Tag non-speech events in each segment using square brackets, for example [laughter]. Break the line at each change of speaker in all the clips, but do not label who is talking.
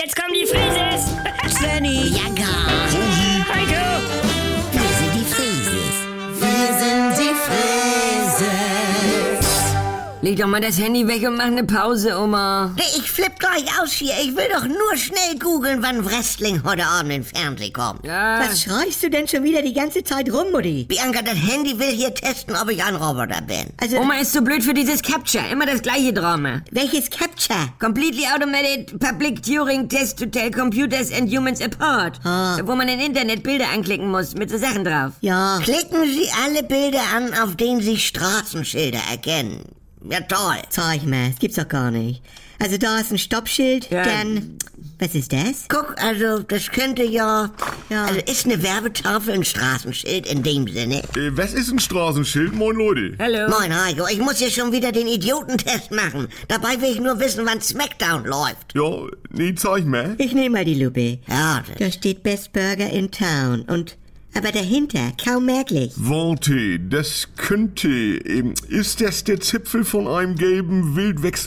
Jetzt kommen die Frises! [laughs]
Svenny,
Ja, gar.
Heiko!
Wir sind die Frieses. Wir sind die Frieses.
leg doch mal das Handy weg und mach eine Pause, Oma.
Hey, ich flipp gleich aus hier. Ich will doch nur schnell googeln, wann Wrestling heute Abend im Fernsehen kommt.
Ja,
Was schreist du denn schon wieder die ganze Zeit rum, Mutti?
Bianca, das Handy will hier testen, ob ich ein Roboter bin.
Also,
Oma ist so blöd für dieses Capture. Immer das gleiche Drama.
welches Capture?
Completely Automated Public Turing Test to Tell Computers and Humans Apart. Wo man im Internet Bilder anklicken muss mit so Sachen drauf.
Ja,
Klicken Sie alle Bilder an, auf denen Sie Straßenschilder erkennen. Ja, toll.
zeig mal, das gibt's doch gar nicht. Also da ist ein Stoppschild,
Ja.
dann... Was ist das?
Guck, also, das könnte ja...
Ja.
Also, ist eine Werbetafel ein Straßenschild in dem Sinne?
Äh, Was ist ein Straßenschild? Moin Leute.
Hallo.
Moin, Heiko, ich muss hier schon wieder den Idiotentest machen. Dabei will ich nur wissen, wann Smackdown läuft.
Ja, nee, zeig mal.
Ich nehme mal die Lupe.
Ja, das-
Da steht Best Burger in Town und... Aber dahinter, kaum merklich.
Warte, das könnte... Ähm, ist das der Zipfel von einem gelben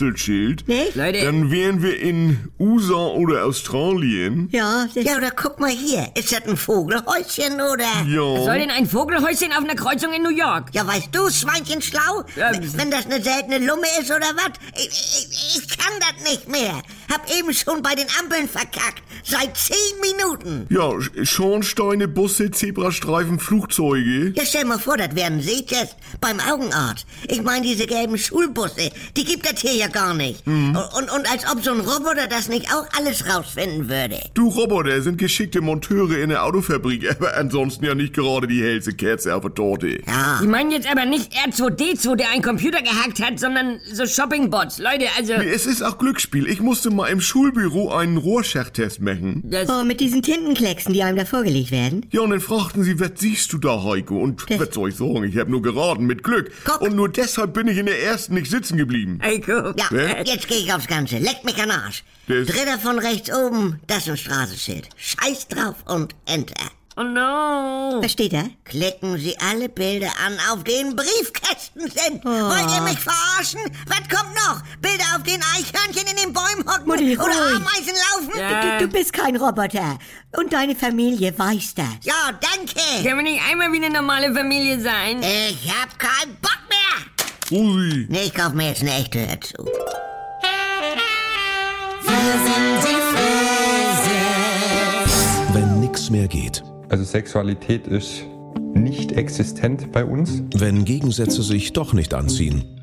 Wildwechselschild?
Nicht?
Leute,
Dann wären wir in USA oder Australien.
Ja, das,
ja, oder guck mal hier. Ist das ein Vogelhäuschen oder?
soll
Ja.
denn ein Vogelhäuschen auf einer Kreuzung in New York?
Ja, weißt du, Schweinchen schlau?
Ja,
W- Wenn das eine seltene Lumme ist oder was? Ich, ich, ich kann das nicht mehr. Hab eben schon bei den Ampeln verkackt. Seit zehn Minuten.
Ja, Sch- Schornsteine, Busse, Zebrastreifen, Flugzeuge.
Ja, stell mal vor, das wäre ein Sehtest beim Augenarzt. Ich meine, diese gelben Schulbusse, die gibt das hier ja gar nicht. Und, und als ob so ein Roboter das nicht auch alles rausfinden würde.
Du Roboter sind geschickte Monteure in der Autofabrik, [laughs] aber ansonsten ja nicht gerade die hellste Kerze auf der Torte.
Ja.
Die meinen jetzt aber nicht R2D2, der einen Computer gehackt hat, sondern so Shoppingbots. Leute, also.
Es ist auch Glücksspiel. Ich musste mal im Schulbüro einen Rohrschachttest machen.
Das,
oh, mit diesen Tintenklecksen, die einem da vorgelegt werden.
Ja, und dann fragten sie, was siehst du da, Heiko? Und was soll ich sagen? Ich habe nur geraten, mit Glück.
Guck.
Und nur deshalb bin ich in der ersten nicht sitzen geblieben.
Eiko.
Ja,
Wer?
jetzt gehe ich aufs Ganze. Leck mich an Arsch.
Das-
Dritter von rechts oben, das ist ein Straßenschild. Scheiß drauf und Enter.
Oh no.
Was steht da?
Klicken Sie alle Bilder an, auf denen Briefkästen sind. Wollt ihr mich verarschen? Was kommt noch? Bilder, auf denen Eichhörnchen in den Bäumen hocken
Mutti,
oder
ruhig.
Ameisen laufen?
Ja.
Du, du bist kein Roboter. Und deine Familie weiß das.
Ja, danke.
Können wir nicht einmal wie eine normale Familie sein?
Ich hab keinen Bock mehr.
Rosi.
Nee, ich kauf mir jetzt eine echte Hör zu.
Wenn nix mehr geht.
Also Sexualität ist nicht existent bei uns.
Wenn Gegensätze sich doch nicht anziehen.